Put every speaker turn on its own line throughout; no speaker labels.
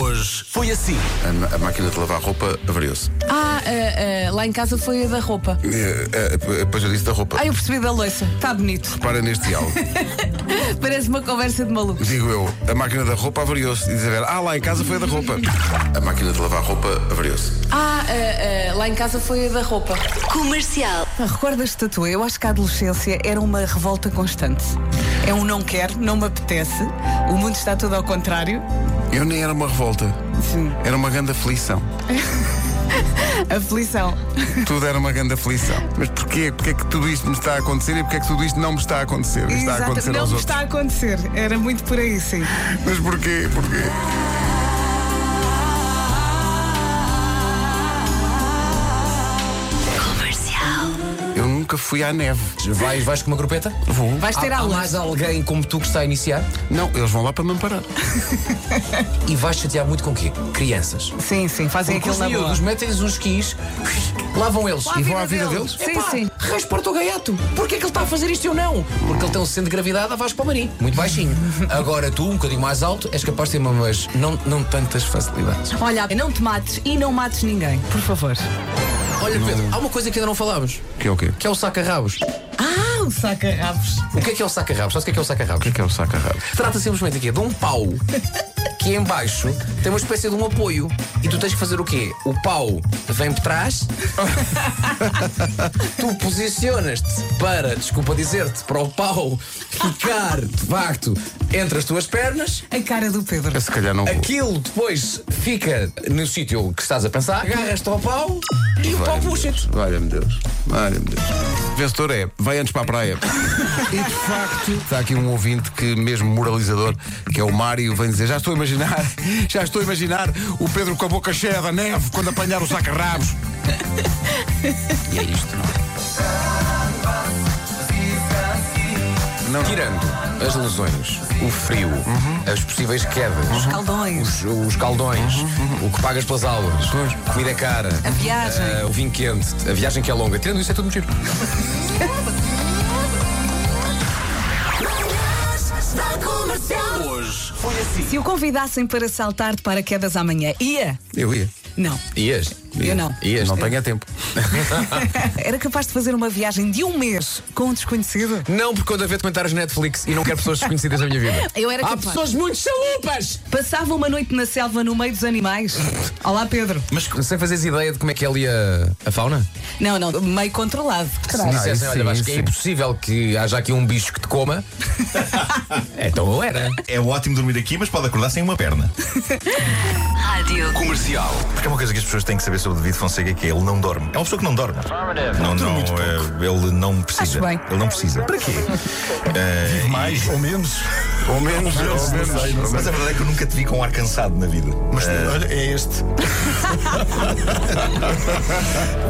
Hoje foi assim.
A, a máquina de lavar roupa avariou-se.
Ah, ah, ah, lá em casa foi a da roupa.
Eh, eh, Depois eu disse da roupa.
Ah, eu percebi da loiça. Está bonito.
Para neste diálogo.
Parece uma conversa de maluco.
Digo eu, a máquina da roupa avariou-se. Diz a Vera, ah, lá em casa foi a da roupa. A máquina de lavar roupa avariou-se.
Ah, ah, ah, lá em casa foi a da roupa.
Comercial.
Ah, Recordas-te da tua? Eu acho que a adolescência era uma revolta constante. É um não quero, não me apetece, o mundo está todo ao contrário.
Eu nem era uma revolta.
Sim.
Era uma grande aflição.
Aflição.
Tudo era uma grande aflição. Mas porquê? Porquê é que tudo isto me está a acontecer e porquê é que tudo isto não me está a acontecer? Está a
Exato,
acontecer
não
aos
me
outros.
está a acontecer. Era muito por aí, sim.
Mas porquê? Porquê?
Comercial.
Eu nunca fui à neve.
Vais, vais com uma grupeta? Vou.
Vais ter
há, há
aulas.
mais alguém como tu que está a iniciar
Não, eles vão lá para me amparar.
e vais chatear muito com o quê? Crianças.
Sim, sim, fazem
Porque
aquilo
os
na boa.
miúdos metem-lhes uns skis, lá vão eles.
E vão à vida deles?
Sim, sim.
Respeita o gaiato. Porquê é que ele está a fazer isto e eu não? Porque ele tem um centro de gravidade a Vasco Palmarim. Muito baixinho. Agora tu, um bocadinho mais alto, és capaz de ter uma, mas não, não tantas facilidades.
Olha, não te mates e não mates ninguém, por favor.
Olha, Pedro, há uma coisa que ainda não falámos,
Que é o quê?
que é o saca-rabos.
Ah, o saca-rabos.
O que é que é o saca-rabos? Sabes o que é que é o saca-rabos?
O que é o saco errado?
Trata simplesmente aqui de um pau que em baixo tem uma espécie de um apoio. E tu tens que fazer o quê? O pau vem por trás, tu posicionas-te para, desculpa dizer-te, para o pau ficar de facto entre as tuas pernas.
A cara do Pedro.
Eu se calhar não vou.
Aquilo depois fica no sítio que estás a pensar, agarras-te ao pau e o pau puxa-te.
Valha-me Deus. Valha-me Deus. O vencedor é, vai antes para a praia. E de facto, está aqui um ouvinte que, mesmo moralizador, que é o Mário, vem dizer: Já estou a imaginar, já estou a imaginar o Pedro com a boca cheia da neve quando apanhar o saca-rabos.
E é isto, não é?
Não, não.
Tirando as lesões, o frio, as possíveis quedas,
Caldões.
os, os caldões, o que pagas pelas aulas, a comida é cara,
A viagem.
eh, o vinho quente, a viagem que é longa. Tirando isso, é tudo mentira.
Se o convidassem para saltar de paraquedas amanhã, ia?
Eu ia.
Não,
Ias?
eu não.
Ias? é?
Não tenho a tempo.
Era capaz de fazer uma viagem de um mês com um desconhecido?
Não, porque eu devo ver comentários Netflix e não quero pessoas desconhecidas na minha vida.
Eu era
Há
capaz.
pessoas muito chalupas!
Passava uma noite na selva no meio dos animais? Olá, Pedro.
Mas sem fazeres ideia de como é que é ali a, a fauna?
Não, não, meio controlado.
Se dissessem,
isso
olha,
sim,
Vasco, é
sim.
impossível que haja aqui um bicho que te coma. então eu era.
É ótimo dormir aqui, mas pode acordar sem uma perna.
Rádio.
Porque é uma coisa que as pessoas têm que saber sobre o David Fonseca que é ele não dorme. É uma pessoa que não dorme. Não, não, é, ele não precisa.
Acho bem.
Ele não precisa. Para quê? Vive mais ou menos.
Ou menos, ou menos.
Mas a verdade é que eu nunca te vi com um ar cansado na vida. Eh, Mas
É este.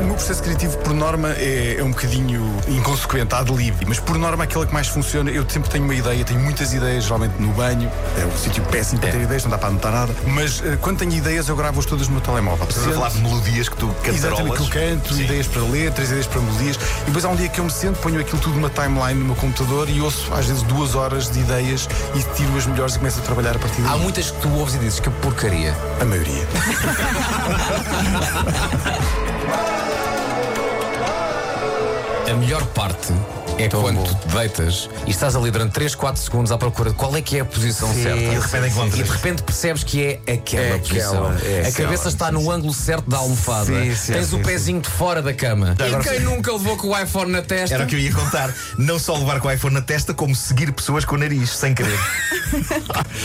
o meu processo criativo, por norma, é, é um bocadinho inconsequente, ad lib. Mas, por norma, aquela que mais funciona, eu sempre tenho uma ideia, tenho muitas ideias, geralmente no banho. É um sítio péssimo para ter ideias, não dá para anotar nada. Mas, eh, quando tenho ideias, eu gravo-as todas no meu telemóvel.
estás a falar de melodias que tu
Exatamente,
cantarolas.
que eu canto, ideias para letras, ideias para melodias. E depois há um dia que eu me sento, ponho aquilo tudo numa timeline no meu computador e ouço às vezes duas horas de ideias e tiro as melhores e começo a trabalhar a partir
Há
daí.
muitas que tu ouves e dizes que porcaria.
A maioria.
A melhor parte é quando tu te deitas e estás ali durante 3, 4 segundos à procura de qual é que é a posição certa.
E de repente encontras.
E de repente percebes que é aquela
É
posição.
aquela, é
a cabeça
aquela,
está no ângulo certo da almofada.
Sim, sim,
Tens
sim,
o
sim.
pezinho de fora da cama. E
agora
quem nunca levou com o iPhone na testa?
Era o que eu ia contar. Não só levar com o iPhone na testa, como seguir pessoas com o nariz, sem querer.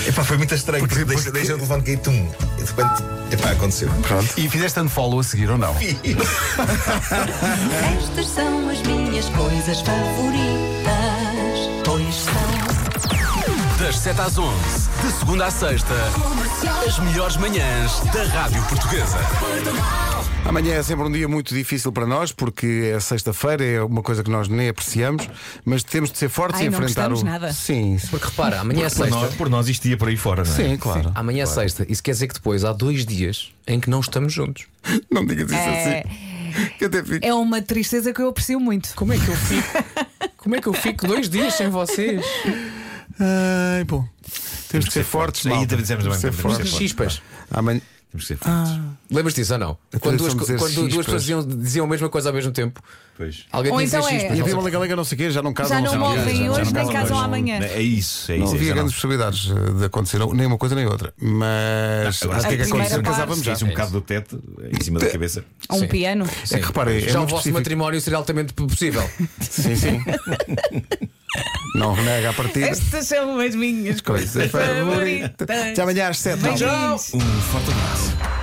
Epá, foi muito estranho. Porque, deixa, deixa o telefone cair tum. E de repente, epá, aconteceu.
E fizeste unfollow a seguir ou não?
Estas são as minhas coisas favoritas. Pois são.
Das 7 às 11, de segunda à sexta, as melhores manhãs da Rádio Portuguesa.
Amanhã é sempre um dia muito difícil para nós, porque é sexta-feira, é uma coisa que nós nem apreciamos, mas temos de ser fortes
Ai,
e
não
enfrentar
gostamos
o.
nada.
Sim, sim.
Porque repara, amanhã é sexta.
por nós isto ia por aí fora, não
Sim, claro.
Amanhã é sexta. Isso quer dizer que depois há dois dias em que não estamos juntos.
Não digas isso
É-
assim. Que eu até fico.
É uma tristeza que eu aprecio muito.
Como é que eu fico? Como é que eu fico dois dias sem vocês?
Ai, bom. Temos que ser fortes,
Aí
malta.
também dizemos a mesma
Ser
coisa, temos
fortes.
que ser
Chispas.
Amanhã.
fortes. Temos que ser fortes.
Ah.
Lembras disso ou não? Quando duas,
tradição de dizer
quando duas
chispas.
pessoas diziam, diziam a mesma coisa ao mesmo tempo,
Pois.
alguém
Ou
tinha
então
que dizer
é-
chispas.
E
não
havia
sei
uma liga não sei o quê, já não casam.
Já não
sei o quê,
movem
já- já
hoje,
não
nem
casam
casam
hoje.
amanhã.
É isso, é
Não
isso.
havia
é,
grandes possibilidades eh, de acontecer nem uma coisa nem outra. Mas
Agora,
acho que é que
primeira
aconteceu.
parte-
Casávamos já.
Fiz um bocado do teto eh, em cima da cabeça.
Ou um
Sim.
piano.
É que reparem, é
Já o
muito
vosso
específico.
matrimónio seria altamente possível.
Sim, sim. Não renega a partida.
Estas são as minhas
Coisa
coisas
favorita.
favoritas.
Até amanhã às 7.
Beijinhos.
Um forte abraço.